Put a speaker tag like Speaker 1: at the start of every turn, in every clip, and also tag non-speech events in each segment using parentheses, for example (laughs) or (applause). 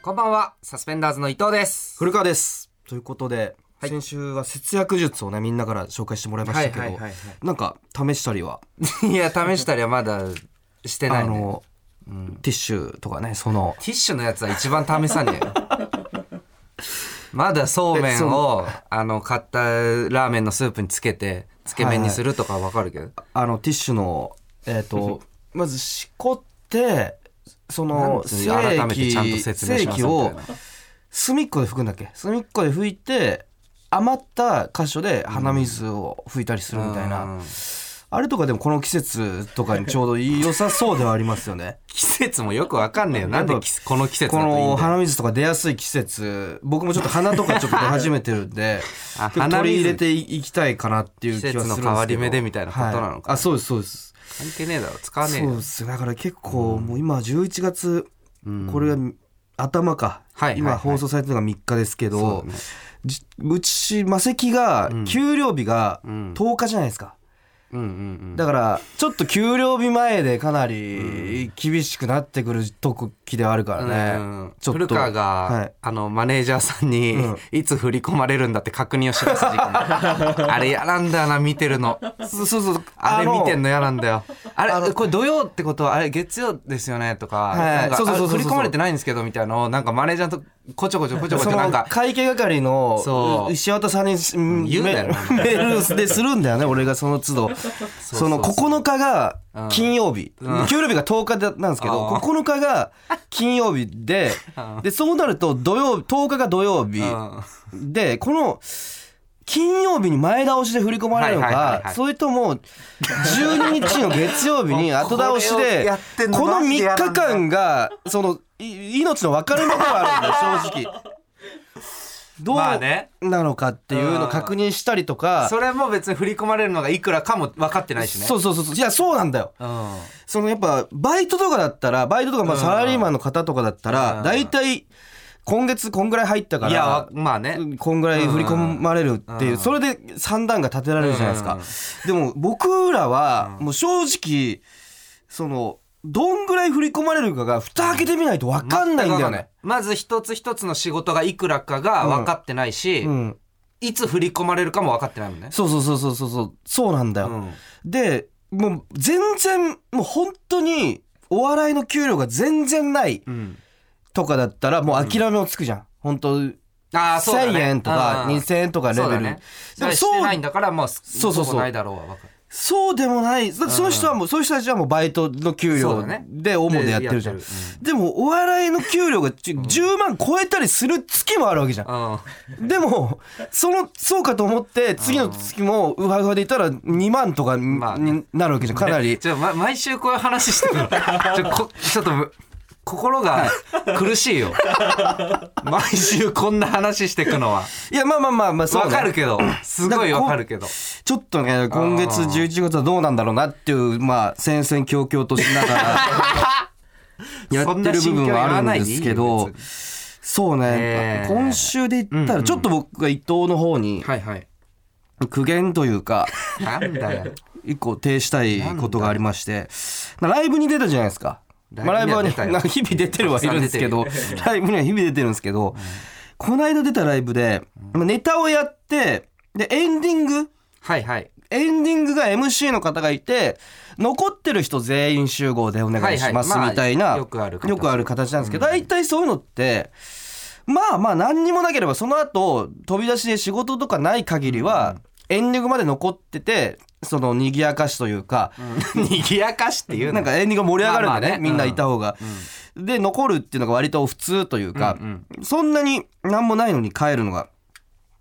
Speaker 1: こんばんは、サスペンダーズの伊藤です。
Speaker 2: 古川ですということで、
Speaker 1: はい
Speaker 2: 先週は節約術をねみんなから紹介してもらいましたけど、
Speaker 1: はいはいはいは
Speaker 2: なんか試したりは、
Speaker 1: (laughs) いや、試したりはまだしてな
Speaker 2: あ
Speaker 1: いね。
Speaker 2: の、ティッシュとかねその
Speaker 1: ティッシュのやつは一番試さねえよ。 (laughs) まだそうめ
Speaker 2: え
Speaker 1: ん
Speaker 2: そ
Speaker 1: を、あの、買ったラーメンのスープにつけて、つけ麺にするとかはわかるけど。
Speaker 2: あのティッシュのえ
Speaker 1: (laughs)
Speaker 2: っ、とまずしこってそ
Speaker 1: なん
Speaker 2: の
Speaker 1: つう
Speaker 2: 精
Speaker 1: の改めて
Speaker 2: 液
Speaker 1: ちゃんと説明しますみた
Speaker 2: 精液
Speaker 1: い
Speaker 2: を
Speaker 1: な。
Speaker 2: 隅っこで拭くんだっけ隅っこで拭いて余った箇所で鼻水を拭いたりするみたいな、
Speaker 1: うん
Speaker 2: あれとかでもこの季節とかにちょうど良さそうではありますよね
Speaker 1: 季節もよくわかんねえよ。なんできこの季節
Speaker 2: こ
Speaker 1: だといいん
Speaker 2: の
Speaker 1: だよ。
Speaker 2: 鼻水とか出やすい季節僕もちょっと鼻とかちょっと出始めてるんで
Speaker 1: (laughs) あ
Speaker 2: ちょっと
Speaker 1: 鼻
Speaker 2: 取り入
Speaker 1: 水
Speaker 2: れていきたいかなっていう気はするんですけど
Speaker 1: 季節の変わり目でみたいなことなのか
Speaker 2: はいあそうですそうです
Speaker 1: 関係ねえだろ。使わねえ
Speaker 2: そう
Speaker 1: よ
Speaker 2: で。すねだから結構もう今11月、これが頭か、
Speaker 1: はいはい
Speaker 2: 今
Speaker 1: はい
Speaker 2: 放送されてるのが3日ですけ
Speaker 1: そ
Speaker 2: ど
Speaker 1: うだね
Speaker 2: じうちマセキが給料日が
Speaker 1: ん
Speaker 2: 10日じゃないですか、
Speaker 1: うんうんうん。
Speaker 2: だからちょっと給料日前でかなり厳しくなってくる時ではあるからね、
Speaker 1: うん
Speaker 2: ちょっと
Speaker 1: 古川が、
Speaker 2: はい
Speaker 1: あのマネージャーさんに、
Speaker 2: うん
Speaker 1: いつ振り込まれるんだって確認をしだす時
Speaker 2: (laughs)
Speaker 1: 間あれ嫌なんだよな見てるの
Speaker 2: そうそうそう
Speaker 1: あれ見てん
Speaker 2: の
Speaker 1: の嫌なんだよあれ
Speaker 2: あの
Speaker 1: これ土曜ってことはあれ月曜ですよねとか,、
Speaker 2: いはい
Speaker 1: なんか
Speaker 2: そうそうそうそう
Speaker 1: あ振り込まれてないんですけどみたいなのをなんかマネージャーとこちょこちょこちょこち
Speaker 2: そ
Speaker 1: ょなん
Speaker 2: の
Speaker 1: か
Speaker 2: 会計係の
Speaker 1: そう
Speaker 2: 石渡さんにうん
Speaker 1: 言うなよ
Speaker 2: メメールでする
Speaker 1: (laughs)
Speaker 2: んだよね俺がその都度
Speaker 1: う
Speaker 2: その9日が金曜日給料日が10日でなんですけど
Speaker 1: あー
Speaker 2: 9日が金曜日ででそうなると土曜日10日が土曜日
Speaker 1: うん
Speaker 2: でこの金曜日に前倒しで振り込まれるの
Speaker 1: はいはいはいは
Speaker 2: か
Speaker 1: い
Speaker 2: それとも12日の月曜日
Speaker 1: (laughs)
Speaker 2: に後倒し
Speaker 1: これを
Speaker 2: で
Speaker 1: やってんの
Speaker 2: この
Speaker 1: マジで嫌
Speaker 2: 3
Speaker 1: なんだ
Speaker 2: 日間がそのい命の分かれ目ではあるんだ
Speaker 1: (laughs)
Speaker 2: よ正直。どう
Speaker 1: まあね
Speaker 2: なのかっていうのを確認したりとか
Speaker 1: それも別に振り込まれるのがいくらかも分かってないしね
Speaker 2: そうそうそうそういやそうなんだよ。
Speaker 1: うん
Speaker 2: そのやっぱバイトとかだったらバイトとかまあサラリーマンの方とかだった
Speaker 1: う
Speaker 2: ら
Speaker 1: ん
Speaker 2: 大体今月こんぐらい入ったか
Speaker 1: いやわ
Speaker 2: ら
Speaker 1: まあね
Speaker 2: こんぐらい振り込まれるって
Speaker 1: う
Speaker 2: い
Speaker 1: ん
Speaker 2: うそれで算段が立てられるじゃないですかでも僕らはもう正直そのどんぐらい振り込まれるかが蓋開けてみないと分かんないんだよね。
Speaker 1: まず一つ一つの仕事がいくらかが分かってないし、
Speaker 2: うん、
Speaker 1: いつ振り込まれるかも分かってないもんね。
Speaker 2: そうそうそうそうそうそうそうなんだよ、
Speaker 1: うん
Speaker 2: でもう全然もう本当にお笑いの給料が全然ない
Speaker 1: うん、
Speaker 2: とかだったらもう諦めをつくじゃん、本当
Speaker 1: ああそうだ、ね、
Speaker 2: 1000円とか
Speaker 1: うん
Speaker 2: 2000円とかレ
Speaker 1: そう
Speaker 2: ベ
Speaker 1: だ
Speaker 2: ル
Speaker 1: ね、
Speaker 2: で
Speaker 1: でも
Speaker 2: もそう
Speaker 1: してないんだからもう
Speaker 2: そ
Speaker 1: そう
Speaker 2: そうそう
Speaker 1: ないだろうは分かる
Speaker 2: そうでもないだってその人はもうそういう人たちはもうバイトの給
Speaker 1: そ
Speaker 2: 料
Speaker 1: うだね
Speaker 2: で主でやってるじゃん
Speaker 1: でやって
Speaker 2: でもお笑いの給料がちょ10万超えたりする月もあるわけじゃん
Speaker 1: るうんうん
Speaker 2: でもそのそうかと思って次の月もウハウハでいたら2万とかに
Speaker 1: まあね
Speaker 2: になるわけじゃんかなり
Speaker 1: ちょ、ま、毎週こういう話してく
Speaker 2: (laughs)
Speaker 1: るちょこちょっとむ心が苦しいよ毎週こんな話してくのはい
Speaker 2: やまあまあまあまあそう
Speaker 1: 分
Speaker 2: ね
Speaker 1: かるけどすごい分かるけど
Speaker 2: ちょっとね今月11月はどうなんだろうなっていうまあ戦々恐々としなが
Speaker 1: (laughs)
Speaker 2: らや
Speaker 1: そ
Speaker 2: っ
Speaker 1: ん
Speaker 2: て
Speaker 1: な
Speaker 2: る部
Speaker 1: 心境
Speaker 2: 分
Speaker 1: 言
Speaker 2: はあ
Speaker 1: わな
Speaker 2: る
Speaker 1: い
Speaker 2: んですけど
Speaker 1: いいよ別
Speaker 2: そうね
Speaker 1: ねえ
Speaker 2: 今週で言った
Speaker 1: うんう
Speaker 2: ら
Speaker 1: ん
Speaker 2: ちょっと僕が伊藤の方に
Speaker 1: にはいはい
Speaker 2: 苦言とい
Speaker 1: (laughs)
Speaker 2: うか
Speaker 1: なんだよ
Speaker 2: 一個呈したいことがありましてまあライブに出たじゃないですか。まあライブはね
Speaker 1: ライブに
Speaker 2: な
Speaker 1: は出たよ
Speaker 2: 日々出てるはいるんですけど
Speaker 1: たく (laughs) さん出てる
Speaker 2: ライブには日々出てるんですけどこの間出たライブでまあネタをやってでエンディング
Speaker 1: はいはい
Speaker 2: エンディングが MC の方がいて残ってる人全員集合でお願いします
Speaker 1: はいはいまあ
Speaker 2: みたいな
Speaker 1: よくある形
Speaker 2: よくある形なんですけど大体そういうのってまあまあ何にもなければその後飛び出しで仕事とかない限りはエンディングまで残っててその賑やかしというか
Speaker 1: (laughs) 賑やかしっていう
Speaker 2: なんかエンディングが盛り上がるん
Speaker 1: まあま
Speaker 2: でね
Speaker 1: あね
Speaker 2: みんないた方が。で残るっていうのが割と普通というか
Speaker 1: うん
Speaker 2: そんなに何もないのに帰るのが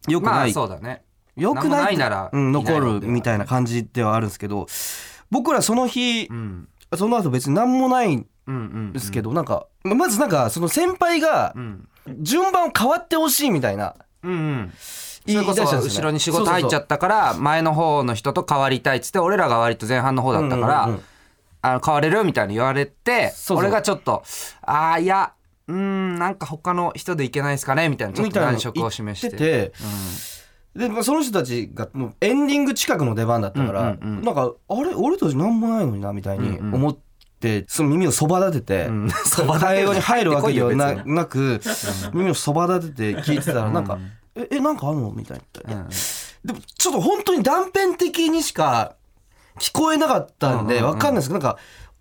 Speaker 2: 良く
Speaker 1: ま
Speaker 2: な
Speaker 1: あ
Speaker 2: い
Speaker 1: そうだね
Speaker 2: よくない
Speaker 1: なんもない
Speaker 2: って
Speaker 1: なら
Speaker 2: うん、残
Speaker 1: いない
Speaker 2: る
Speaker 1: のでは
Speaker 2: みたいな感じではあるんですけど僕らその日、
Speaker 1: うん
Speaker 2: その後別に何もないん
Speaker 1: うんうん
Speaker 2: ですけど、なんかまずなんかその先輩が
Speaker 1: うん
Speaker 2: 順番を変わってほしいみたいな
Speaker 1: うんうんそ
Speaker 2: 言
Speaker 1: れ
Speaker 2: い
Speaker 1: こ
Speaker 2: 出
Speaker 1: そ
Speaker 2: したんですよね
Speaker 1: 後ろに仕事入っちゃったから前の方の人と変わりたいっつって俺らが割と前半の方だったか
Speaker 2: うんうんう
Speaker 1: ら
Speaker 2: ん
Speaker 1: あの変われるみたいに言われて
Speaker 2: そうそう
Speaker 1: 俺がちょっと「ああいやうーんなんか他の人でいけないですかね」みたいなちょっ
Speaker 2: み
Speaker 1: と
Speaker 2: たいな
Speaker 1: 難
Speaker 2: の
Speaker 1: 色を示して
Speaker 2: 言っててでまあその人たちがもうエンディング近くの出番だったから、
Speaker 1: うんうんうん
Speaker 2: なんかあれ俺たち何もないのになみたいに
Speaker 1: うんうん
Speaker 2: 思っってその耳をそば立てて、
Speaker 1: うんそば立てる
Speaker 2: 会話に
Speaker 1: (laughs)
Speaker 2: 入るわけでは
Speaker 1: 入って
Speaker 2: な
Speaker 1: こ
Speaker 2: なく耳をそば立てて聞いてたらなんか「ええなんかあるの?」みたいな、
Speaker 1: うん
Speaker 2: でもちょっと本当に断片的にしか聞こえなかったん
Speaker 1: うん
Speaker 2: で
Speaker 1: うんうん
Speaker 2: わかんないですけどなんか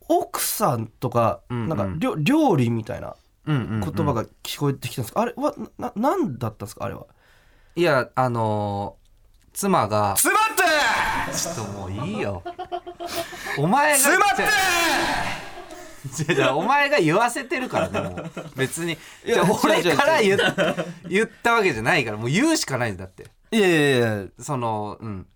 Speaker 2: 奥さんとか
Speaker 1: うんうん
Speaker 2: なんか料料理みたいな
Speaker 1: うんうんうん
Speaker 2: 言葉が聞こえてきたんですか、あれはな何だったんですかあれはい
Speaker 1: やあのー妻が
Speaker 2: 詰まって
Speaker 1: ちょっともういいよお前が違う違うお前が言わせてるからねもう別に
Speaker 2: いや
Speaker 1: じゃあ俺
Speaker 2: 違う違う違う
Speaker 1: から言っ言ったわけじゃないからもう言うしかないんだって
Speaker 2: いやいやいや (laughs)
Speaker 1: そのうん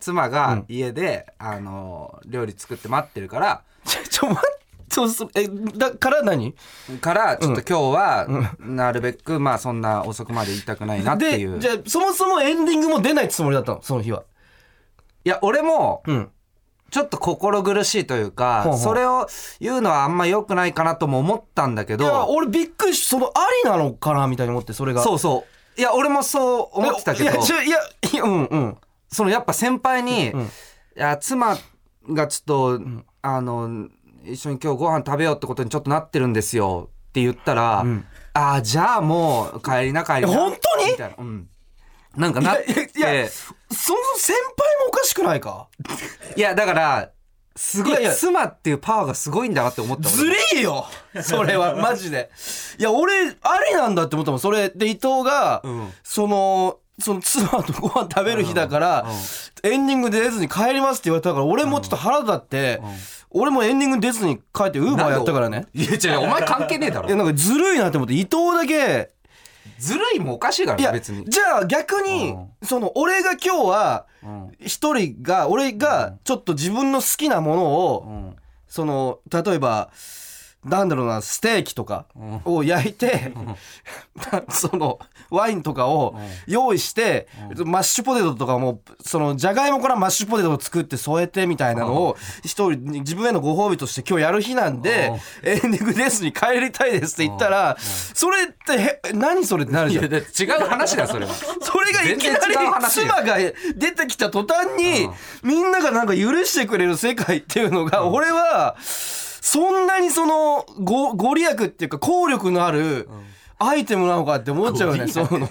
Speaker 1: 妻
Speaker 2: う
Speaker 1: が
Speaker 2: ん
Speaker 1: 家で、あのー料理作って待ってるから
Speaker 2: ちょちょ待ってそうすえだから何
Speaker 1: からちょっと今日は、なるべくまあそんな遅くまで言いたくないなっていう
Speaker 2: でじゃあそもそもエンディングも出ないつもりだったのその日はい
Speaker 1: や俺も
Speaker 2: うん
Speaker 1: ちょっと心苦しいというか
Speaker 2: ほうほう
Speaker 1: それを言うのはあんま良くないかなとも思ったんだけ
Speaker 2: いや
Speaker 1: ど
Speaker 2: 俺びっくりしそのありなのかなみたいに思ってそれが
Speaker 1: そうそういや俺もそう思ってたけど
Speaker 2: いやちょいやいやうんうん
Speaker 1: そのやっぱ先輩に、
Speaker 2: うん
Speaker 1: いや妻がちょっと、あの一緒に今日ご飯食べようってことにちょっとなってるんですよって言ったら、
Speaker 2: ん
Speaker 1: ああじゃあもう帰りな帰りな
Speaker 2: え本当に
Speaker 1: みたいな、うん、なんかなってい
Speaker 2: い
Speaker 1: や
Speaker 2: やいやその先輩もおかしくないか
Speaker 1: だからすごい
Speaker 2: いやいや
Speaker 1: 妻っていうパワーがすごいんだなって思った俺
Speaker 2: ずりーよそれ
Speaker 1: (laughs)
Speaker 2: はマジでいや俺ありなんだって思ったもんそれで伊藤が、
Speaker 1: うん
Speaker 2: そのその妻とご飯食べる日だから
Speaker 1: うんうん、
Speaker 2: エンディング出ずに帰りますって言われたから俺もちょっと腹立って、俺もエンディング出ずに帰ってウーバーやったからね
Speaker 1: いや違うお前関係ねえだ
Speaker 2: いや
Speaker 1: ろ
Speaker 2: なんかずるいなって思って伊藤だけ
Speaker 1: ずるいもおかしいか
Speaker 2: い
Speaker 1: ら
Speaker 2: や
Speaker 1: ね別に、
Speaker 2: じゃあ逆に、
Speaker 1: う
Speaker 2: その俺が今日は
Speaker 1: うん
Speaker 2: 一人が俺がちょっと自分の好きなものを、
Speaker 1: うん
Speaker 2: その例えばなんだろうなステーキとか
Speaker 1: うん
Speaker 2: を焼いて、 (laughs) そのワインとかを用意して、マッシュポテトとかもそのじゃがいもからマッシュポテトを作って添えてみたいなのを一人に自分へのご褒美として今日やる日なんでエンディングですに帰りたいですって言ったらそれってへ何それってなる
Speaker 1: い
Speaker 2: じゃ
Speaker 1: や
Speaker 2: ん。
Speaker 1: だって違う話だよそれは
Speaker 2: それがいき
Speaker 1: 全
Speaker 2: な
Speaker 1: 然違う
Speaker 2: り
Speaker 1: 話よ
Speaker 2: 妻が出てきた途端にみんながなんか許してくれる世界っていうのが俺はそんなにそのごご利益っていうか効力のあるアイテムなのかって思っちゃうよねその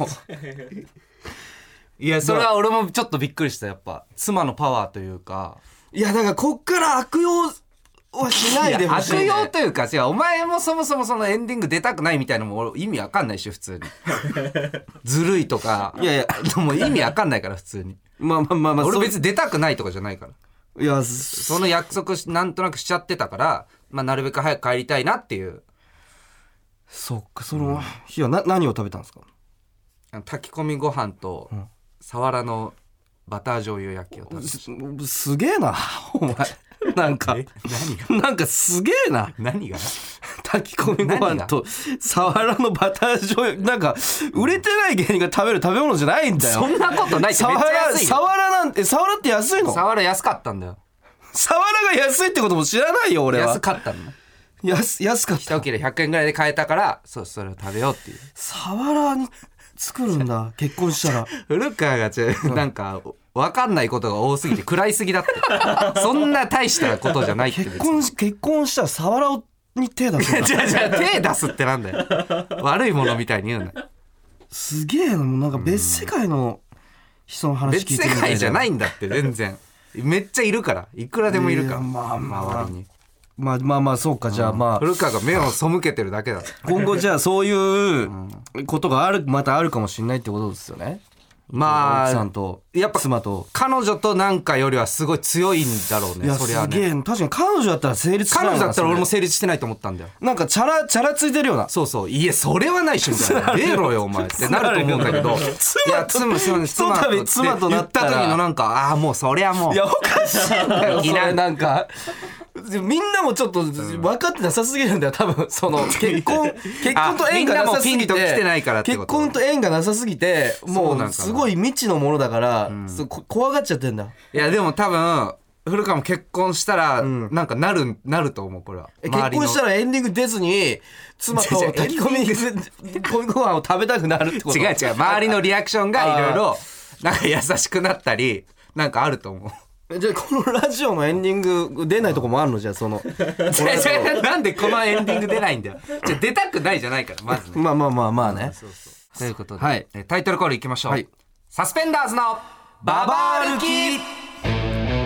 Speaker 1: いやそれは俺もちょっとびっくりしたやっぱ妻のパワーというか
Speaker 2: いやだからこっから悪用はしないでほしい,、
Speaker 1: いや悪用というか違うお前もそもそもそのエンディング出たくないみたいなのも俺意味わかんないし普 (laughs) 通にずるいとか
Speaker 2: いやいや
Speaker 1: もう意味わかんないから普通に
Speaker 2: まあまあまあまあ
Speaker 1: 俺
Speaker 2: そう
Speaker 1: 別に出たくないとかじゃないから
Speaker 2: いやそ
Speaker 1: その約束しなんとなくしちゃってたから、まあ、なるべく早く帰りたいなっていう
Speaker 2: そっかその日はな何を食べたんですか
Speaker 1: あの炊き込みご飯とさわらのバター醤油焼きを食べた
Speaker 2: すすげえなお前なんかなんかすげえな
Speaker 1: 何が
Speaker 2: 炊き込みご飯とサワラのバター醤油なんか売れてない芸人が食べる食べ物じゃないんだ
Speaker 1: そん
Speaker 2: よ
Speaker 1: なことないって
Speaker 2: サ
Speaker 1: めっ
Speaker 2: ワ
Speaker 1: ちゃ
Speaker 2: ラ
Speaker 1: 安い
Speaker 2: サ
Speaker 1: よ
Speaker 2: ワラなんてサワラって安いの
Speaker 1: さわら安かったんだよ
Speaker 2: サワラが安いってことも知らないよ俺は
Speaker 1: 安かったのね
Speaker 2: 安安かっ
Speaker 1: 一
Speaker 2: た
Speaker 1: 切れ100円ぐらいで買えたからそうそれを食べようっていう
Speaker 2: サワラに作るんだ結婚したら
Speaker 1: 古川が違うなんか分かんないことが多すぎて暗いすぎだって (laughs) そんな大したことじゃないって
Speaker 2: 結婚し結婚したらサワラをに手
Speaker 1: (laughs)
Speaker 2: 出すんだ
Speaker 1: じゃじゃ (laughs) 手出すってなんだよ悪いものみたいに言うな
Speaker 2: すげえなもうなんか別世界の人の話聞
Speaker 1: 別
Speaker 2: い
Speaker 1: 世
Speaker 2: てるみた
Speaker 1: 界じゃないいんだって全然めっちゃいるからいくらでもいるから、
Speaker 2: いやまあまあ
Speaker 1: 周りに
Speaker 2: まあまあまあそうかじゃあまあ
Speaker 1: 古川が目を背けてるだけだ
Speaker 2: 今後じゃあそういうことがあるまたあるかもしれないってことですよね
Speaker 1: ま
Speaker 2: 奥さ
Speaker 1: あ
Speaker 2: んと
Speaker 1: やっぱ
Speaker 2: 妻と
Speaker 1: 彼女となんかよりはすごい強いんだろう
Speaker 2: い
Speaker 1: ね
Speaker 2: や
Speaker 1: そりゃ
Speaker 2: すげ
Speaker 1: ね
Speaker 2: え確かに彼女だったら成立しない
Speaker 1: 彼
Speaker 2: な
Speaker 1: 女だったら俺も
Speaker 2: そ
Speaker 1: 成立してないと思ったんだよ
Speaker 2: れなんかチャラチャラついてるような
Speaker 1: そうそう。いや、それはないし、みたい
Speaker 2: (laughs)
Speaker 1: な。出ろよ、お前ってなると思うんだけど。いや、妻、妻、
Speaker 2: ひとたび妻となったら
Speaker 1: 言った時のなんか、ああー、もうそりゃもう。
Speaker 2: いやおかしいんだよ
Speaker 1: い
Speaker 2: そ
Speaker 1: らん
Speaker 2: れなんかみんなもちょっと分かってなさすぎるんだよ多分そ (laughs) の結婚結婚と縁がなさすぎて
Speaker 1: みんなもピンと来てないからってこと
Speaker 2: 結婚と縁がなさすぎて
Speaker 1: そう
Speaker 2: も
Speaker 1: なんかな
Speaker 2: うすごい未知のものだから、そうこ怖がっちゃってんだ
Speaker 1: いや、でも多分、古川も結婚したら、なんかなる、なると思う、これは。
Speaker 2: え結婚した
Speaker 1: ら
Speaker 2: らエンディング出ずに妻と
Speaker 1: 違う違う
Speaker 2: 炊き込み込み (laughs) ご飯を食べたくなるってこと
Speaker 1: 違う
Speaker 2: (laughs)
Speaker 1: 違う。周りのリアクションがいろいろ、なんか優しくなったり、なんかあると思う。
Speaker 2: じゃあこのラジオのエンディング出ないとこもあるのじゃあ
Speaker 1: (laughs)
Speaker 2: その
Speaker 1: 違う違う (laughs) なんでこのエンディング出ないんだよじゃあ出たくないじゃないからまずね
Speaker 2: まあまあまあまあね
Speaker 1: ということで、
Speaker 2: はい
Speaker 1: えータイトルコールいきましょう、
Speaker 2: はい
Speaker 1: サスペンダーズのババ歩き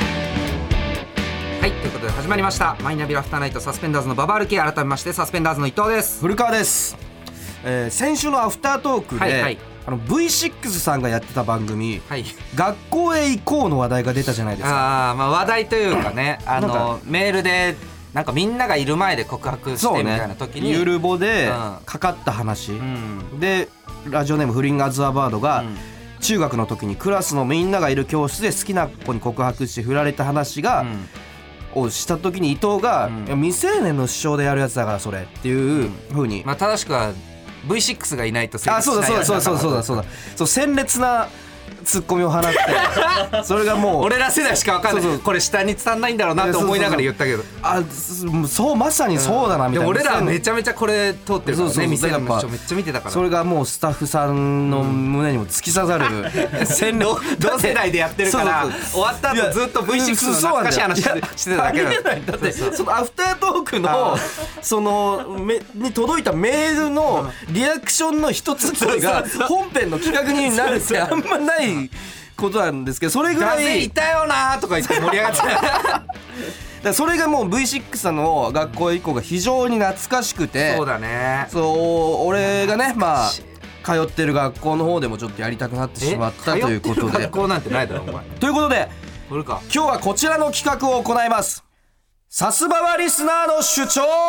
Speaker 1: はいということで始まりましたマイナビラフターナイトサスペンダーズのババ歩き改めましてサスペンダーズの伊藤です
Speaker 2: 古川です、えー先週のアフタートークで、
Speaker 1: はいはい
Speaker 2: あの V6 さんがやってた番組
Speaker 1: はい
Speaker 2: 「学校へ行こう」の話題が出たじゃないですか
Speaker 1: あーまあ話題というかねあ
Speaker 2: なん
Speaker 1: の
Speaker 2: か
Speaker 1: メールでなんかみんながいる前で告白してみたいな時に
Speaker 2: ゆるぼで
Speaker 1: うん
Speaker 2: かかった話、
Speaker 1: うん
Speaker 2: でラジオネーム「フリンガーズ・アバード」が、
Speaker 1: うん
Speaker 2: 中学の時にクラスのみんながいる教室で好きな子に告白して振られた話が、
Speaker 1: うん
Speaker 2: をした時に伊藤が、
Speaker 1: うん
Speaker 2: いや未成年の主張でやるやつだからそれっていうふうに、
Speaker 1: まあ正しくは V6 がいないと成
Speaker 2: あ
Speaker 1: 立し
Speaker 2: そうだ
Speaker 1: ない
Speaker 2: そうだ
Speaker 1: やつ
Speaker 2: そうだそうだそうだそうだそう鮮烈なツッコミを放
Speaker 1: (laughs)
Speaker 2: ってそれがもう
Speaker 1: 俺ら世代しかわかんない
Speaker 2: そうそう
Speaker 1: これ下に伝わんないんだろうなと思いながら言ったけど
Speaker 2: あすそうまさにそうだなみ
Speaker 1: で
Speaker 2: たい
Speaker 1: も
Speaker 2: な、
Speaker 1: 俺らめちゃめちゃこれ通ってるから
Speaker 2: そうそう
Speaker 1: ね店の
Speaker 2: やっ
Speaker 1: 人
Speaker 2: ぱ
Speaker 1: めっちゃ見てたから
Speaker 2: それがもうスタッフさんの胸にも突き刺
Speaker 1: (laughs)
Speaker 2: さる鮮烈
Speaker 1: 同同世代でやってるから
Speaker 2: そうそうそう
Speaker 1: 終わった
Speaker 2: いや
Speaker 1: 後ずっと V6 の
Speaker 2: そう
Speaker 1: 懐かしい話し
Speaker 2: そうなんだよい
Speaker 1: て
Speaker 2: や
Speaker 1: してただけ
Speaker 2: あ
Speaker 1: だ
Speaker 2: りえないだってそのアフタートーク
Speaker 1: あ
Speaker 2: のそのめに届いたメールのリアクションの一つ一つが本編の企画になるってあんまないことなんですけどそれぐ
Speaker 1: だ
Speaker 2: ら
Speaker 1: ぜ
Speaker 2: い
Speaker 1: いたよなーとか言って盛り上がってた
Speaker 2: だからそれがもう V6 さんの学校以降が非常に懐かしく (laughs) て
Speaker 1: そうだね
Speaker 2: そう俺がねまあ
Speaker 1: 懐
Speaker 2: 通ってる学校の方でもちょっとやりたくなってしまっ
Speaker 1: (laughs)
Speaker 2: た
Speaker 1: え
Speaker 2: ということ
Speaker 1: 通ってる
Speaker 2: で
Speaker 1: 学。校なんてないだろお前
Speaker 2: ということで
Speaker 1: これか
Speaker 2: 今日はこちらの企画を行いますさすばはリスナーの主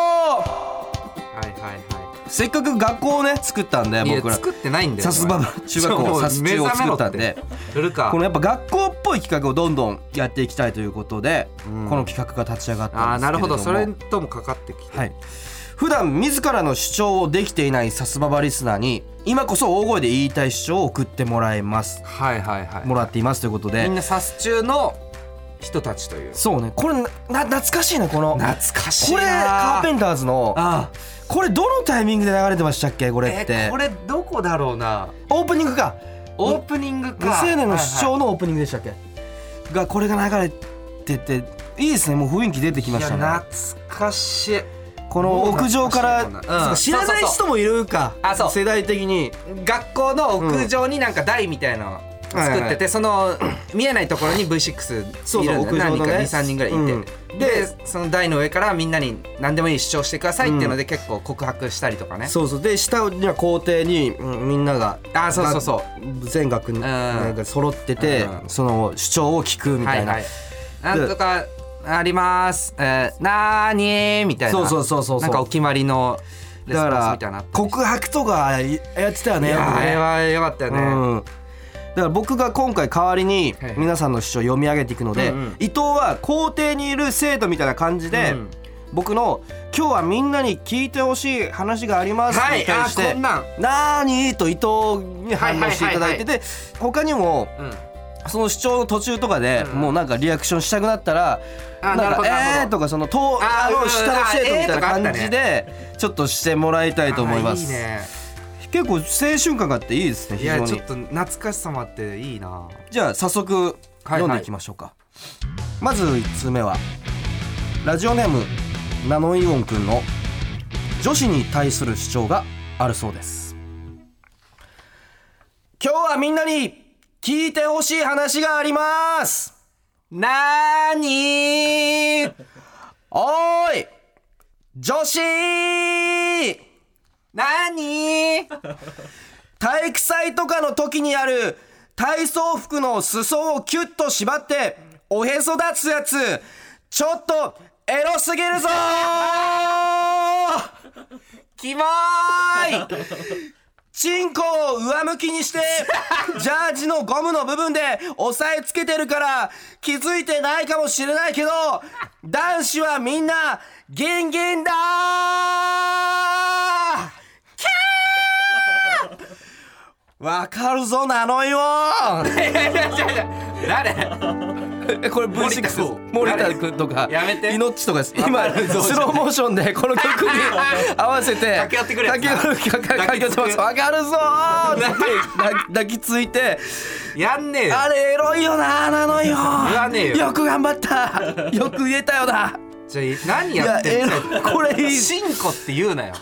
Speaker 1: は
Speaker 2: 張
Speaker 1: いはいはい
Speaker 2: せっかく学校をね作ったんで
Speaker 1: いや
Speaker 2: 僕ら
Speaker 1: 作ってないんだよ
Speaker 2: さすばば中学校さす中を作ったんで
Speaker 1: 振るか
Speaker 2: このやっぱ学校っぽい企画をどんどんやっていきたいということで、
Speaker 1: うん
Speaker 2: この企画が立ち上がったんですけれども
Speaker 1: ああなるほどそれともかかってきて
Speaker 2: はい普段自らの主張をできていないさすばばリスナーに今こそ大声で言いたい主張を送ってもらいます
Speaker 1: はいはいはい
Speaker 2: もらっていますということで
Speaker 1: みんなサス中の人たちという
Speaker 2: そうねこれなな懐かしいねこの
Speaker 1: 懐かしい
Speaker 2: こ
Speaker 1: な
Speaker 2: れカーペンターズの
Speaker 1: あ
Speaker 2: これどのタイミングで流れてましたっけこれって、
Speaker 1: えこれどこだろうな
Speaker 2: オープニングか
Speaker 1: オープニングか
Speaker 2: 未成年の主
Speaker 1: はい
Speaker 2: 張のオープニングでしたっけ、がこれが流れてていいですねもう雰囲気出てきま
Speaker 1: はい
Speaker 2: した
Speaker 1: い
Speaker 2: ね
Speaker 1: や懐かしい
Speaker 2: この屋上から
Speaker 1: もう懐かしい
Speaker 2: そう
Speaker 1: うん
Speaker 2: か知らない
Speaker 1: そうそうそ
Speaker 2: 人もいるか
Speaker 1: あそう
Speaker 2: 世代的に
Speaker 1: 学校の屋上になんか台みたいなの作っててその見えないところに V6
Speaker 2: そうそう
Speaker 1: いるんだよ
Speaker 2: 屋上
Speaker 1: 何人
Speaker 2: の
Speaker 1: か
Speaker 2: ね
Speaker 1: 23人ぐらいいて、
Speaker 2: うん
Speaker 1: でその台の上からみんなに何でもいい主張してくださいっていうので結構告白したりとかね
Speaker 2: そうそうで下には校庭に、うんみんなが
Speaker 1: あそうそうそう
Speaker 2: 全学になんか揃ってて、
Speaker 1: うん
Speaker 2: その主張を聞くみたいな、
Speaker 1: はいはい、なんとかあります、えー、なーにーみたいな
Speaker 2: そうそうそうそうそ
Speaker 1: な
Speaker 2: う
Speaker 1: んかお決まりのレス
Speaker 2: だ
Speaker 1: ポンスみた
Speaker 2: か
Speaker 1: いなのあ
Speaker 2: ら
Speaker 1: った
Speaker 2: 告白とかやってたよね
Speaker 1: い
Speaker 2: よ
Speaker 1: や
Speaker 2: く
Speaker 1: ーあ
Speaker 2: ね
Speaker 1: れは良かったよね、
Speaker 2: うん、だから僕が今回代わりに
Speaker 1: はいはい
Speaker 2: 皆さんの主張を読み上げていくので、
Speaker 1: うんうん
Speaker 2: 伊藤は校庭にいる生徒みたいな感じで、
Speaker 1: うん
Speaker 2: 僕の「今日はみんなに聞いてほしい話があります」
Speaker 1: はい
Speaker 2: に対して
Speaker 1: あこんなん
Speaker 2: 「なーに?」と伊藤に反応していただいてて、他にも
Speaker 1: うん
Speaker 2: その主張の途中とかで、
Speaker 1: うん
Speaker 2: もうなんかリアクションしたくなったら「
Speaker 1: あなる
Speaker 2: ん
Speaker 1: ほ
Speaker 2: か
Speaker 1: どなるほど
Speaker 2: えー」とかその「と
Speaker 1: あー
Speaker 2: あ
Speaker 1: うんう
Speaker 2: の
Speaker 1: ん
Speaker 2: 下の生徒」みたい
Speaker 1: あー
Speaker 2: な
Speaker 1: えーとかあったね
Speaker 2: 感じでちょっとしてもらいたいと思います。
Speaker 1: あーいいね
Speaker 2: 結構青春感があっていいですね
Speaker 1: い
Speaker 2: 非常
Speaker 1: や
Speaker 2: に
Speaker 1: ちょっと懐かしさもあっていいな
Speaker 2: じゃあ早速
Speaker 1: はい
Speaker 2: 読んでいきましょうか、まず1通目はラジオネームナノイオンくんの女子に対する主張があるそうです今日はみんなに聞いてほしい話があります
Speaker 1: なーにー
Speaker 2: おーい女子
Speaker 1: なーにー
Speaker 2: 体育祭とかの時にある体操服の裾をキュッと縛っておへそ出すやつちょっとエロすぎるぞー
Speaker 1: キモーい
Speaker 2: チンコを上向きにしてジャージのゴムの部分で押さえつけてるから気づいてないかもしれないけど男子はみんなギンギンだーわかるぞナノイオン
Speaker 1: いやいやいやいや誰
Speaker 2: (laughs) えこれ V6 です森田君とか
Speaker 1: やめて
Speaker 2: イノッチとかです
Speaker 1: わ
Speaker 2: 今
Speaker 1: かるぞ
Speaker 2: スローモーションでこの
Speaker 1: (laughs)
Speaker 2: 曲に合わせて
Speaker 1: 駆け寄ってくるやつな (laughs)
Speaker 2: 駆け寄る駆け駆け寄ってますわかるぞーって抱きついて
Speaker 1: やんねえよ
Speaker 2: あれエロいよななのよ
Speaker 1: 言わねえよ
Speaker 2: よく頑張ったよく言えたよな
Speaker 1: じゃあ何
Speaker 2: いや
Speaker 1: やって
Speaker 2: エ
Speaker 1: んの
Speaker 2: ロこれいい
Speaker 1: シンコって言うなよ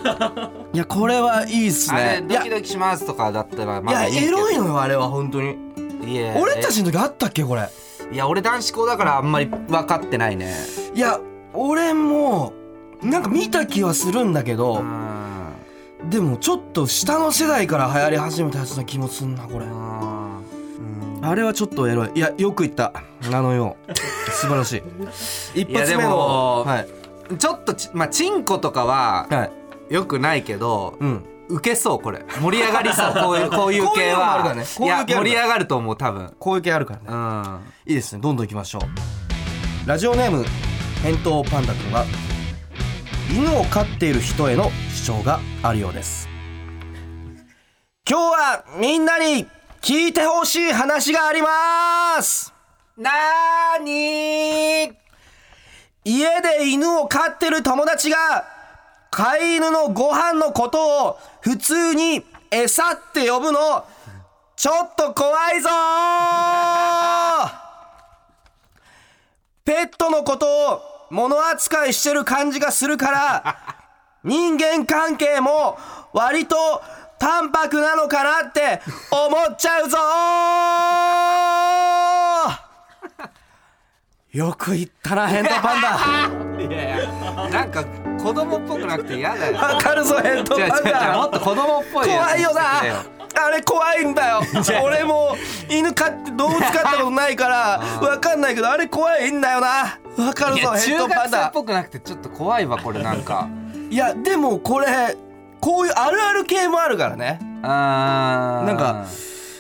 Speaker 2: いやこれはいいっす
Speaker 1: あれ
Speaker 2: ね
Speaker 1: ド
Speaker 2: いや
Speaker 1: キ
Speaker 2: い
Speaker 1: ドキしますとかだったらまだ
Speaker 2: や
Speaker 1: いいけ
Speaker 2: エ
Speaker 1: ど
Speaker 2: ロいのよあれは本当に
Speaker 1: いや
Speaker 2: 俺たちの時あったっけこれ
Speaker 1: いや俺男子校だからあんまり分かってないね
Speaker 2: いや俺もなんか見た気はするんだけ
Speaker 1: う
Speaker 2: ど、
Speaker 1: ん
Speaker 2: でもちょっと下の世代から流行り始めたやつな気もすんなこれ
Speaker 1: うん
Speaker 2: あれはちょっとエロいいやよく言ったあのよう素晴らしい (laughs) 一
Speaker 1: いや
Speaker 2: 発
Speaker 1: でも
Speaker 2: 目のはい
Speaker 1: ちょっとちまあチンコとかは
Speaker 2: はい
Speaker 1: よくないけど
Speaker 2: うん
Speaker 1: 受けそうこれ盛り上がりそうこう
Speaker 2: (laughs)
Speaker 1: いうこういう
Speaker 2: こういう
Speaker 1: 系
Speaker 2: のもあるか
Speaker 1: は
Speaker 2: らね
Speaker 1: い
Speaker 2: こういう系あ
Speaker 1: や
Speaker 2: るから
Speaker 1: 盛り上がると思う多分
Speaker 2: こういう系あるからね
Speaker 1: うん
Speaker 2: いいですねどんどんいきましょうラジオネーム返答パンダ君は犬を飼っている人への主張があるようです今日はみんなに聞いてほしい話があります
Speaker 1: なーにー
Speaker 2: 家で犬を飼ってる友達が飼い犬のご飯のことを普通に餌って呼ぶのちょっと怖いぞーペットのことを物扱いしてる感じがす
Speaker 1: (laughs)
Speaker 2: るから人間関係も割と淡白なのかなって思っちゃう
Speaker 1: (laughs)
Speaker 2: ぞーよく言ったな、ヘンドパンダ。
Speaker 1: いやいやなんか子供っぽくなくて嫌だよ
Speaker 2: (laughs) わかるぞ、ヘンド
Speaker 1: 違う違
Speaker 2: パン
Speaker 1: う違うもっ
Speaker 2: ダ。
Speaker 1: と子供っぽいやつ
Speaker 2: 怖いよな
Speaker 1: にして。
Speaker 2: あれ怖いんだよ。俺も犬飼って動物飼ったことないからわかんないけど、あれ怖いんだよな。わかる
Speaker 1: くれよ
Speaker 2: ぞ、
Speaker 1: い
Speaker 2: ヘ
Speaker 1: や中
Speaker 2: ンドパ
Speaker 1: 学
Speaker 2: ン
Speaker 1: 生っ
Speaker 2: ダ。
Speaker 1: ぽくなくてちょっと怖いわこれなんか
Speaker 2: いや、でもこれこういうあるある系もあるからね。
Speaker 1: あー
Speaker 2: (laughs) なんか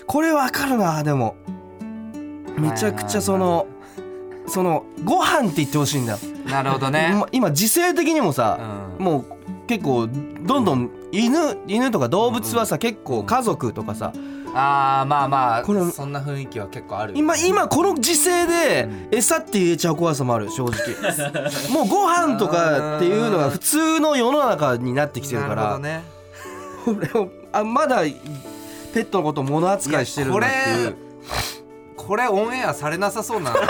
Speaker 2: これわかるな、でも。めちゃくちゃそのそのご飯って言ってほしいんだよ。
Speaker 1: なるほどね
Speaker 2: ま今時勢的にもさ、
Speaker 1: う
Speaker 2: もう結構どんどん犬犬とか動物はさ、結構家族とかさ
Speaker 1: あーまあまあ
Speaker 2: これ
Speaker 1: そんな雰囲気は結構ある
Speaker 2: 今今この時勢で餌って言えちゃう怖さもある正直もうご飯とかっていうのが普通の世の中になってきてる
Speaker 1: (laughs)
Speaker 2: か
Speaker 1: なるほ
Speaker 2: ら
Speaker 1: どね
Speaker 2: 俺をあまだペットのことを物扱いしてるんだっていう
Speaker 1: ここれオンエアされなさそうななん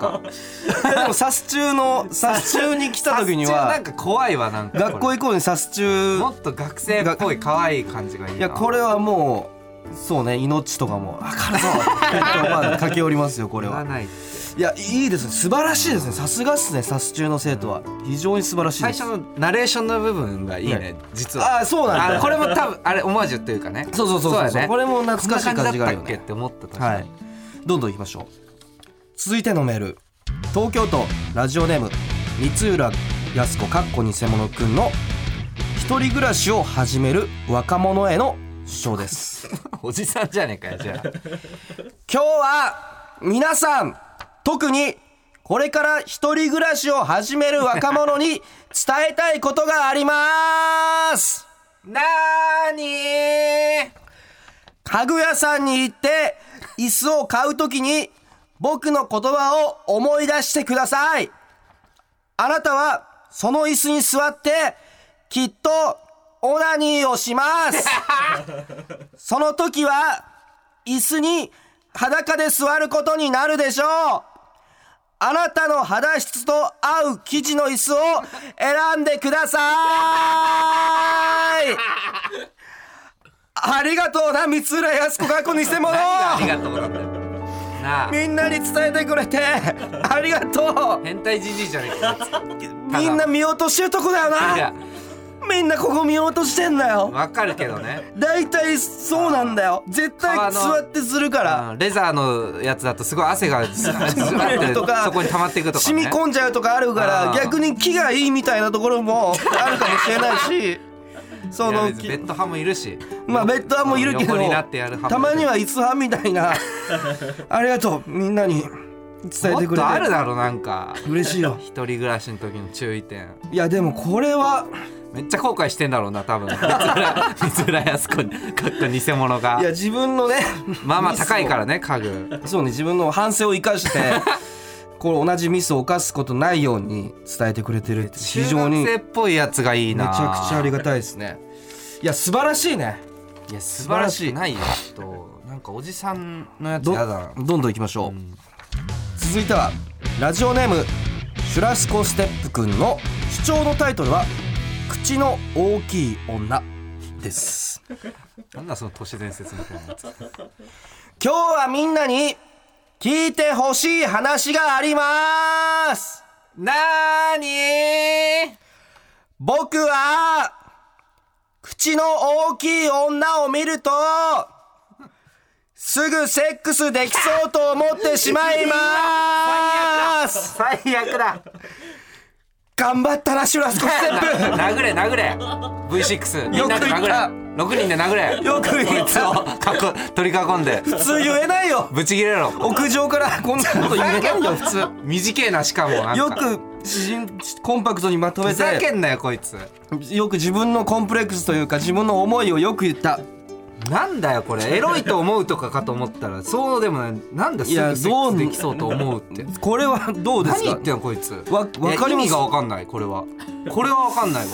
Speaker 1: か
Speaker 2: いやでもサス
Speaker 1: (laughs)
Speaker 2: 中のサス中に来た時に
Speaker 1: な
Speaker 2: は
Speaker 1: んか怖いわなんか
Speaker 2: 学校
Speaker 1: 行
Speaker 2: 行こうにサス中
Speaker 1: もっと学生っぽい可愛い感じがいいない
Speaker 2: やこれはもうそうね命とかも分かるぞペットはまあ駆け寄りますよこれ
Speaker 1: 言わ
Speaker 2: は
Speaker 1: ない
Speaker 2: いやいいですね素晴らしいですねさすがっすねサス中の生徒は非常に素晴らしいで
Speaker 1: 最
Speaker 2: す
Speaker 1: 初のナレーションの部分がいいね、
Speaker 2: ね
Speaker 1: 実は
Speaker 2: ああそうなん
Speaker 1: あ
Speaker 2: だ
Speaker 1: これも多分あれオマージュというかね
Speaker 2: そうそうそうそう
Speaker 1: だね
Speaker 2: これも懐
Speaker 1: こんな
Speaker 2: かしい感じがあるよ
Speaker 1: だったっけっ
Speaker 2: ね
Speaker 1: て思った確か
Speaker 2: はい
Speaker 1: に、
Speaker 2: どんどんいきましょう続いてのメール東京都ラジオネーム三浦康子かっこ偽物くんの一人暮らしを始める若者への主張です
Speaker 1: (laughs) おじさんじゃねえかよじゃ
Speaker 2: 今日は皆さん特にこれから一人暮らしを始める若者に伝えたいことがあります
Speaker 1: あなーにー
Speaker 2: 家具屋さんに行って椅子を買うときに僕の言葉を思い出してくださいあなたはその椅子に座ってきっとオナニーをします
Speaker 1: (laughs)
Speaker 2: その時は椅子に裸で座ることになるでしょうあなたの肌質と合う生地の椅子を選んでくださいありがとうな三浦康子過去偽物
Speaker 1: ありがとうなんだよなあ
Speaker 2: みんなに伝えてくれてありがと
Speaker 1: 変態じじいじゃねえかこいつ
Speaker 2: うみんな見落としてるとこだよ
Speaker 1: いや
Speaker 2: なみんなここ見落としてんだよ
Speaker 1: わかるけどね
Speaker 2: 大体そうなんだよ絶対
Speaker 1: 川の
Speaker 2: 座ってするから
Speaker 1: うんレザーのやつだとすごい汗
Speaker 2: (laughs)
Speaker 1: がずわーって
Speaker 2: とか
Speaker 1: そこに溜まっていくとか
Speaker 2: 染み
Speaker 1: ね
Speaker 2: 込んじゃうとかあるか
Speaker 1: あ
Speaker 2: ら
Speaker 1: ー
Speaker 2: 逆に木がいいみたいなところ
Speaker 1: (laughs)
Speaker 2: もあるかもしれないしそ
Speaker 1: いや
Speaker 2: の
Speaker 1: 別にベッド派もいるし
Speaker 2: まあベッドはもういるけど
Speaker 1: 横になってやる派
Speaker 2: た
Speaker 1: も
Speaker 2: ま
Speaker 1: いる
Speaker 2: には椅子派みた
Speaker 1: (laughs)
Speaker 2: いなありがとうみんなに伝え
Speaker 1: も
Speaker 2: て
Speaker 1: っ
Speaker 2: くれ
Speaker 1: とある
Speaker 2: て
Speaker 1: だろなんか
Speaker 2: 嬉しいよ
Speaker 1: 一人暮らしの時の注意点
Speaker 2: いやでもこれは
Speaker 1: めっちゃ後悔してんだろうな多分三浦三浦靖子にかっこ偽物が
Speaker 2: いや自分のね
Speaker 1: まあまあ
Speaker 2: ミスを
Speaker 1: 高いからね家具
Speaker 2: そうね自分の反省を生
Speaker 1: (laughs)
Speaker 2: かしてこう同じミスを犯すことないように伝えてくれてるって非常に
Speaker 1: 中学生
Speaker 2: め
Speaker 1: っぽいやつがいい
Speaker 2: ち
Speaker 1: な
Speaker 2: ゃくちゃありがたいですねいや素晴らしいね
Speaker 1: いや素晴らしいないよちょっとなんかおじさんのやつ
Speaker 2: ど
Speaker 1: やだ
Speaker 2: どんどんいきましょう、続いてはラジオネームシュラスコステップくんの主張のタイトルは「口の大きい女」です
Speaker 1: なんだその都市伝説みたいなやつ
Speaker 2: 今日はみんなに聞いてほしい話があります
Speaker 1: なーに
Speaker 2: 僕は口の大きい女を見るとすぐセックスできそうと思ってしまいます
Speaker 1: 最悪だ
Speaker 2: 頑張ったなシュラスコステッ
Speaker 1: (laughs) 殴れ殴れ V6 みんなで
Speaker 2: よく
Speaker 1: 殴
Speaker 2: 言っ
Speaker 1: れ
Speaker 2: た
Speaker 1: 6人で殴れ
Speaker 2: (laughs) プよく言
Speaker 1: こい
Speaker 2: っ
Speaker 1: つ
Speaker 2: た
Speaker 1: をかっこ取り囲んで
Speaker 2: 普通言えないよ
Speaker 1: ぶち切れろ
Speaker 2: 屋上からこんなこと言えないよ普通
Speaker 1: 短えなしかもなんか
Speaker 2: よく縮んコンパクトにまとめ
Speaker 1: ふざけ
Speaker 2: て
Speaker 1: んなよこいつ
Speaker 2: よく自分のコンプレックスというか自分の思いをよく言った
Speaker 1: なんだよこれエロいと思うとかかと思ったらそうでもないなんだす
Speaker 2: いや
Speaker 1: ぐセック
Speaker 2: どう
Speaker 1: スできそうと思う
Speaker 2: (laughs)
Speaker 1: って
Speaker 2: これはどうで
Speaker 1: 何
Speaker 2: す
Speaker 1: 言
Speaker 2: か
Speaker 1: ってんのこいつ
Speaker 2: わわ
Speaker 1: いや
Speaker 2: かり
Speaker 1: 意
Speaker 2: ます
Speaker 1: 味がわかんないこれはこれはわかんないわ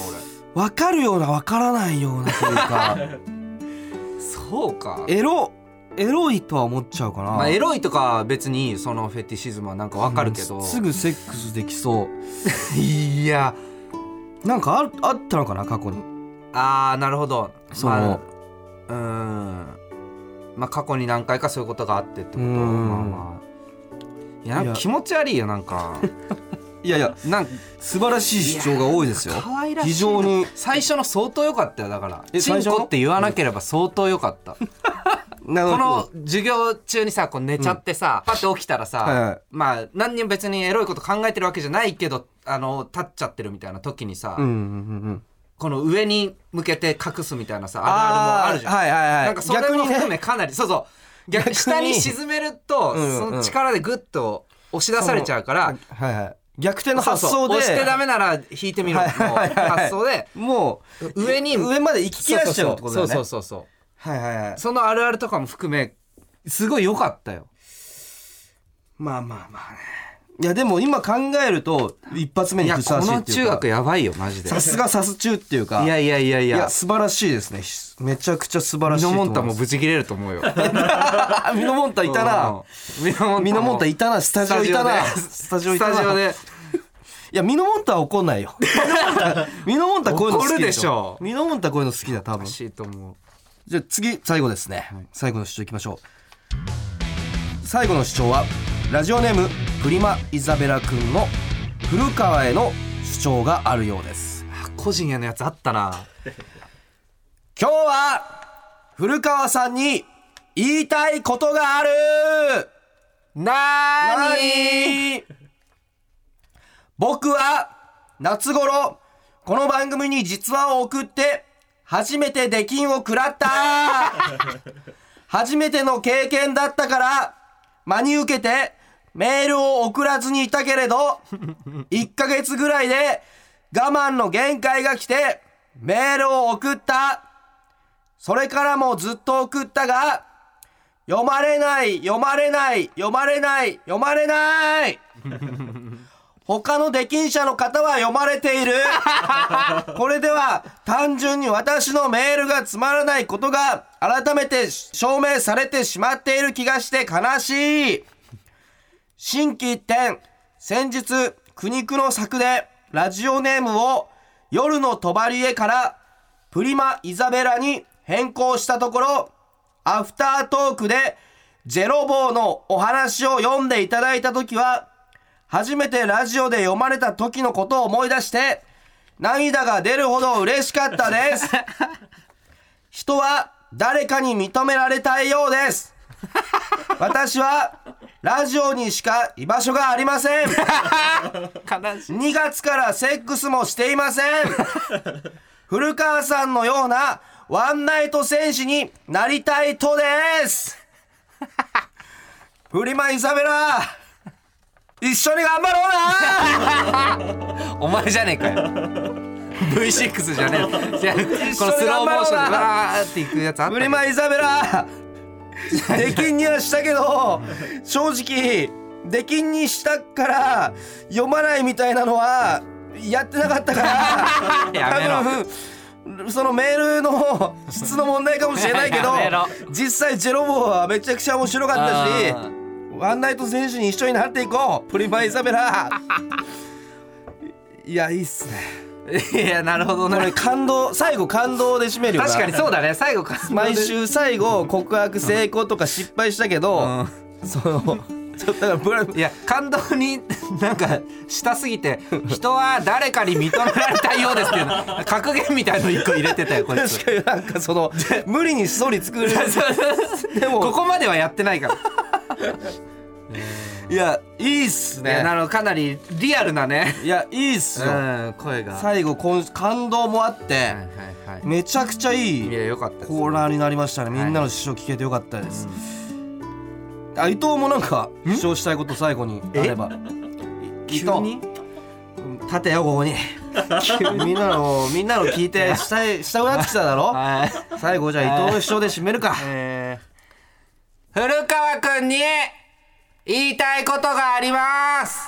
Speaker 1: 俺
Speaker 2: わかるようなわからないようなという
Speaker 1: (laughs)
Speaker 2: か
Speaker 1: そうか
Speaker 2: エロエロいとは思っちゃうかな、
Speaker 1: まあエロいとか別にそのフェティシズムはなんかわかるけど、
Speaker 2: うんすぐセックスできそう
Speaker 1: いや
Speaker 2: なんかああったのかな過去に
Speaker 1: あーなるほど
Speaker 2: その、
Speaker 1: まあ、うーんまあ過去に何回かそういうことがあってってこと
Speaker 2: うーん
Speaker 1: まあまあいやなん
Speaker 2: いや
Speaker 1: か気持ち悪いよなんか
Speaker 2: (laughs) いやいや
Speaker 1: なんか
Speaker 2: 素晴らしい主張が多いですよ
Speaker 1: 可愛らしい
Speaker 2: 非常に
Speaker 1: 最初の相当良かったよだから
Speaker 2: え
Speaker 1: チ
Speaker 2: 最
Speaker 1: ン
Speaker 2: 初の
Speaker 1: コって言わなければ相当良かった
Speaker 2: な
Speaker 1: こ
Speaker 2: る
Speaker 1: の
Speaker 2: ほど
Speaker 1: 授業中にさこう寝ちゃってさ、パッて起きたらさ、
Speaker 2: はいはい
Speaker 1: まあ何にも別にエロいこと考えてるわけじゃないけどあの立っちゃってるみたいな時にさ、
Speaker 2: うんうんうんうん
Speaker 1: この上に向けて隠すみたいなさあるあるもあるじゃん、
Speaker 2: ーはいはいはい
Speaker 1: なんかそれも含めかなり、そうそう逆
Speaker 2: 逆に
Speaker 1: 下に沈めると、
Speaker 2: うんうん
Speaker 1: その力でグッと押し出されちゃうから
Speaker 2: はいはい逆転の
Speaker 1: そう
Speaker 2: 発
Speaker 1: そう
Speaker 2: 想で
Speaker 1: 押してダメなら引いてみろの
Speaker 2: はいはいはいはい
Speaker 1: 発想で
Speaker 2: もう
Speaker 1: 上に
Speaker 2: 上まで行き切らしちゃうってことだよね
Speaker 1: そうそうそうそう
Speaker 2: はいはいはい
Speaker 1: そのあるあるとかも含めすごい良かったよ
Speaker 2: まあまあまあねいやでも今考えると一発目
Speaker 1: い
Speaker 2: に
Speaker 1: や
Speaker 2: ふ
Speaker 1: こ
Speaker 2: さわしい
Speaker 1: の
Speaker 2: ってい
Speaker 1: 中
Speaker 2: うか
Speaker 1: 学やばいよマジで
Speaker 2: さすがさす中っていうか
Speaker 1: いやいやいやい
Speaker 2: い
Speaker 1: や
Speaker 2: や素晴らしいですねひめちゃくちゃ素晴らし
Speaker 1: ミ
Speaker 2: いと
Speaker 1: ノ
Speaker 2: 思
Speaker 1: モ
Speaker 2: い
Speaker 1: ンタ
Speaker 2: ま
Speaker 1: も
Speaker 2: す
Speaker 1: ブチ切れると思うよ
Speaker 2: あミノモンタいたな
Speaker 1: うんミノモンタも
Speaker 2: ミノモンタいたなスタジオいたな
Speaker 1: ス
Speaker 2: ス
Speaker 1: タ
Speaker 2: タ
Speaker 1: ジ
Speaker 2: ジ
Speaker 1: オ
Speaker 2: オ
Speaker 1: で
Speaker 2: いたな
Speaker 1: スタジオで
Speaker 2: いやミノモンタは怒
Speaker 1: (laughs)
Speaker 2: んないよミノモンタこういうの好きでし
Speaker 1: 怒るでしょ
Speaker 2: ょミノモンタこういうの好きだ多
Speaker 1: お
Speaker 2: 分
Speaker 1: かしいと思う
Speaker 2: じゃあ次最後ですね、最後の主張いきましょう最後の主張はラジオネームプリマイザベラくんの古川への主張があるようです
Speaker 1: あ個人へのやつあったな
Speaker 2: 今日は古川さんに言いたいことがある
Speaker 1: な
Speaker 2: 何僕は夏頃この番組に実話を送って初めて出禁を食らった初めての経験だったから真に受けてメールを送らずにいたけれど1ヶ月ぐらいで我慢の限界が来てメールを送ったそれからもずっと送ったが読まれない読まれない読まれない読まれない他の出禁者の方は読まれているこれでは単純に私のメールがつまらないことが改めて証明されてしまっている気がして悲しい新規一転先日苦肉の策でラジオネームを夜の帳へからプリマイザベラに変更したところアフタートークでジェロボーのお話を読んでいただいた時は初めてラジオで読まれた時のことを思い出して涙が出るほど嬉しかったです人は誰かに認められたいようです私はラジオにしか居場所がありませ
Speaker 1: 悲
Speaker 2: ん
Speaker 1: しい
Speaker 2: 2月からセックスもしていません古川さんのようなワンナイト戦士になりたいとですフリマイザベラ一緒に頑張ろうな
Speaker 1: お前じゃねえかよ V6 じゃねえよじゃあこのスローモーションでわーっていくやつあった
Speaker 2: ブリマイザベラ出禁にはしたけど正直出禁にしたから読まないみたいなのはやってなかったから
Speaker 1: やめろ
Speaker 2: 多分そのメールの質の問題かもしれないけど
Speaker 1: (laughs) やめろ
Speaker 2: 実際ジェロボーはめちゃくちゃ面白かったし
Speaker 1: あ
Speaker 2: ワンナイト選手に一緒になっていこうプリマイザベラいやいいっすね
Speaker 1: いやなるほど
Speaker 2: これ
Speaker 1: ね
Speaker 2: 感動最後感動で締めるよな
Speaker 1: 確かにそうだね最後
Speaker 2: 毎週最後告白成功とか失敗したけど、そのちょっとだからブラ
Speaker 1: いや感動になんかしたすぎて人は誰かに認められたいようですけど格言みたいの一個入れてたよこいつ
Speaker 2: 確かになんかその無理にストーリー作
Speaker 1: (laughs)
Speaker 2: るでも
Speaker 1: ここまではやってないから
Speaker 2: いやいいっす
Speaker 1: いや
Speaker 2: ね
Speaker 1: なるほどかなりリアルなね
Speaker 2: いやいいっす
Speaker 1: う
Speaker 2: よ、
Speaker 1: ん声がは
Speaker 2: 最後こん感動もあって、
Speaker 1: いはいは
Speaker 2: めちゃくちゃい
Speaker 1: いい
Speaker 2: い
Speaker 1: やよかったです
Speaker 2: コーナーになりましたねみんなの師匠聞けてよかったです、あ伊藤もなんか主張したいこと最後にあれば
Speaker 1: 急
Speaker 2: 伊
Speaker 1: に
Speaker 2: 藤立てよこ
Speaker 1: (laughs)
Speaker 2: こにみんなのみんなの聞いてしたいしたくなってきただろ
Speaker 1: はい
Speaker 2: 最後じゃあ伊藤の主張で締めるか
Speaker 1: えー、古川くんに言いたいことがあります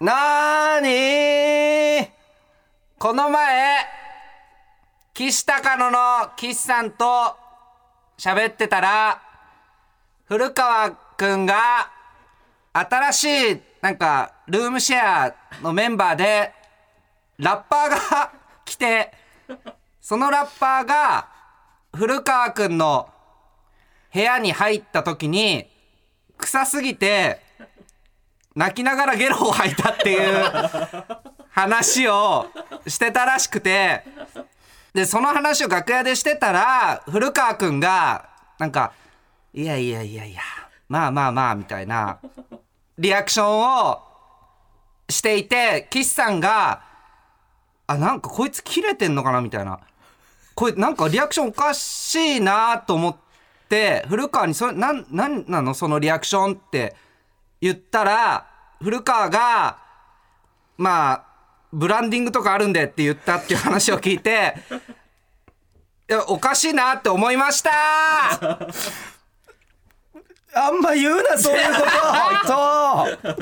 Speaker 2: なーに
Speaker 1: この前、岸高野の岸さんと喋ってたら、古川くんが新しいなんかルームシェアのメンバーでラッパーが来て、そのラッパーが古川くんの部屋に入った時に臭すぎて泣きながらゲロを吐いたっていう話をしてたらしくてでその話を楽屋でしてたら古川君がなんか「いやいやいやいやまあまあまあ」みたいなリアクションをしていて岸さんが「あなんかこいつ切れてんのかな」みたいな「これなんかリアクションおかしいな」と思って古川にそれなん「なんなのそのリアクション」って言ったら古川が「まあ、ブランディングとかあるんでって言ったっていう話を聞いて、いや、おかしいなって思いました
Speaker 2: あんま言うなそ
Speaker 1: (laughs)
Speaker 2: ういうこと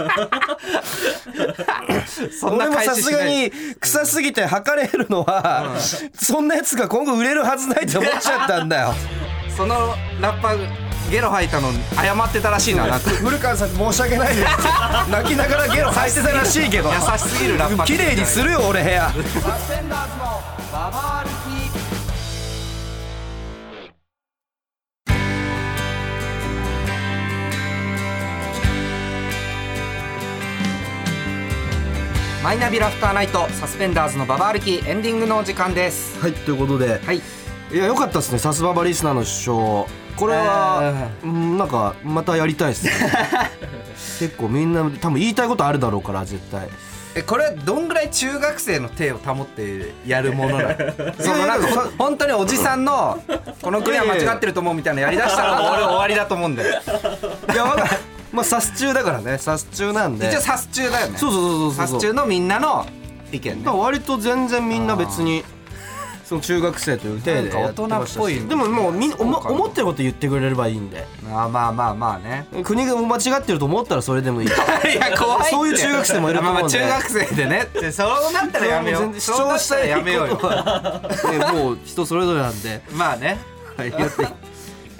Speaker 1: そ
Speaker 2: 伊藤
Speaker 1: んな
Speaker 2: (laughs) 俺も
Speaker 1: 返
Speaker 2: さ
Speaker 1: し
Speaker 2: す
Speaker 1: し
Speaker 2: が
Speaker 1: ない。
Speaker 2: に臭すぎて吐かれるのは、そんなやつが今後売れるはずないって思っちゃったんだよ
Speaker 1: そのラッパー、ゲロ吐いたの謝ってたらしいな、なん
Speaker 2: (laughs)
Speaker 1: か。
Speaker 2: 古川さん申し訳ないです泣きながらゲロ吐いてたらしいけど
Speaker 1: 優しすぎるラッパー。
Speaker 2: 綺麗にす
Speaker 1: る。
Speaker 2: るよ俺部屋
Speaker 1: マイナビラフターナイト、サスペンダーズのババ歩き、エンディングのお時間です。
Speaker 2: はいということで、い、
Speaker 1: はい。
Speaker 2: や良かったですねさすばばリスナーの主張これは、うんなんかまたやりたいです (laughs) ね結構みんな多分言いたいことあるだろうから絶対
Speaker 1: えこれはどんぐらい中学生の手を保ってやるものなの (laughs) そのなんかほん本当におじさんのこの国は間違ってると思うみたいなのやりだしたらもう俺終わりだと思うんだよ
Speaker 2: いやわかまあサス中だからねサス中なんで
Speaker 1: 一応サス中だよね
Speaker 2: そうそうそうそ
Speaker 1: サ
Speaker 2: うそ
Speaker 1: ス
Speaker 2: う
Speaker 1: 中のみんなの意見
Speaker 2: だ
Speaker 1: ね
Speaker 2: から割と全然みんな別にその中学生という体でやって
Speaker 1: なんか大
Speaker 2: ましたし
Speaker 1: 人っぽい
Speaker 2: でももうみんおも
Speaker 1: そうか
Speaker 2: 思ってること言ってくれればいいんで
Speaker 1: まあまあまあまあね
Speaker 2: 国が間違ってると思ったらそれでもい
Speaker 1: (laughs)
Speaker 2: い
Speaker 1: いや怖いって
Speaker 2: そういう中学生もいると思うんで
Speaker 1: まあまあ中学生でね (laughs) でそうなったらやめよ
Speaker 2: 全
Speaker 1: う
Speaker 2: 然
Speaker 1: そ
Speaker 2: 主
Speaker 1: うな
Speaker 2: 張
Speaker 1: っ
Speaker 2: した
Speaker 1: ら
Speaker 2: たい
Speaker 1: やめよう
Speaker 2: こと
Speaker 1: よ
Speaker 2: はねもう人それぞれなんで
Speaker 1: (laughs) まあね
Speaker 2: は
Speaker 1: (laughs)
Speaker 2: いやって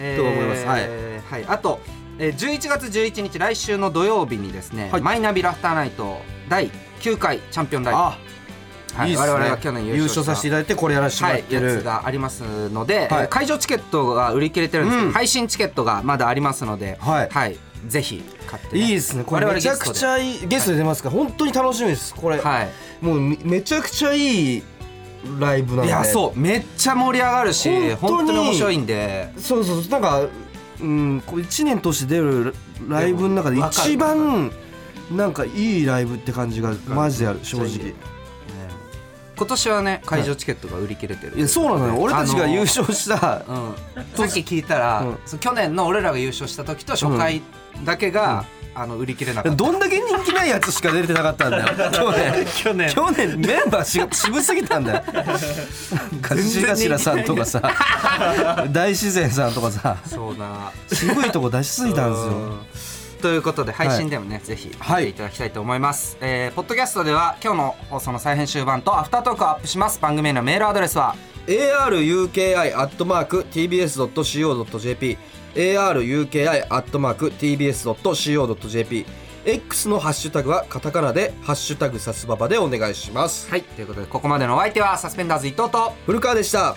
Speaker 1: えー
Speaker 2: と思いますはい
Speaker 1: はいあと、えー、11月11日来週の土曜日にですね、
Speaker 2: はい
Speaker 1: マイナビラフターナイト第9回チャンピオンライブ、
Speaker 2: あ
Speaker 1: はい
Speaker 2: いいっすね
Speaker 1: 我々が去年優
Speaker 2: 優
Speaker 1: 勝
Speaker 2: 勝
Speaker 1: した
Speaker 2: させていただいてこれやらせても
Speaker 1: は
Speaker 2: らっ
Speaker 1: い、
Speaker 2: て
Speaker 1: や
Speaker 2: る
Speaker 1: つがありますので、
Speaker 2: はい
Speaker 1: えー会場チケットが売り切れてるんですけど、
Speaker 2: うん
Speaker 1: 配信チケットがまだありますので、
Speaker 2: はい
Speaker 1: ぜひ買って、
Speaker 2: いいですねこれ
Speaker 1: 我々
Speaker 2: めちゃくち
Speaker 1: ゲ
Speaker 2: ゃいいゲストで出ますから本当に楽しみですこれ
Speaker 1: ストではい、
Speaker 2: もうめめちゃくちゃいいライブなん
Speaker 1: い
Speaker 2: で
Speaker 1: やそうめっちゃ盛り上がるし本当
Speaker 2: 本当に
Speaker 1: に面白いんで
Speaker 2: そうそうそうなんか、うん、こう1年通して出るライブの中で
Speaker 1: でもわかる
Speaker 2: 一番なんかいいライブって感じがマジである正
Speaker 1: めっちゃいい
Speaker 2: 直
Speaker 1: 今年はね会場チケットが売り切れてる、
Speaker 2: いやそうなのよ俺たちが優
Speaker 1: 勝
Speaker 2: 勝した
Speaker 1: うん、さっき聞いたら、
Speaker 2: うん
Speaker 1: そう去年の俺らが優勝した時と初回だけがあの売り切れなかった
Speaker 2: どんだけ人気ないやつしか出てなかったんだよ去年
Speaker 1: 去年
Speaker 2: 去年メンバーしが渋すぎたんだよなんか
Speaker 1: 全
Speaker 2: し
Speaker 1: 然人気ない
Speaker 2: がしらさんとかさ大自然さんとかさ
Speaker 1: そうな
Speaker 2: 渋いとこ出しすぎたんですよ
Speaker 1: ということで配信でもね、ぜひ見ていただきたいと思います、えーポッドキャストでは今日の放送の再編集版とアフタートークをアップします番組へのメールアドレスは
Speaker 2: aruki.tbs.co.jp aruki.tbs.co.jp X のハッシュタグはカタカナで「ハッシュタグさすばば」でお願いします
Speaker 1: はいということでここまでのお相手はサスペンダーズ伊藤と
Speaker 2: 古川でした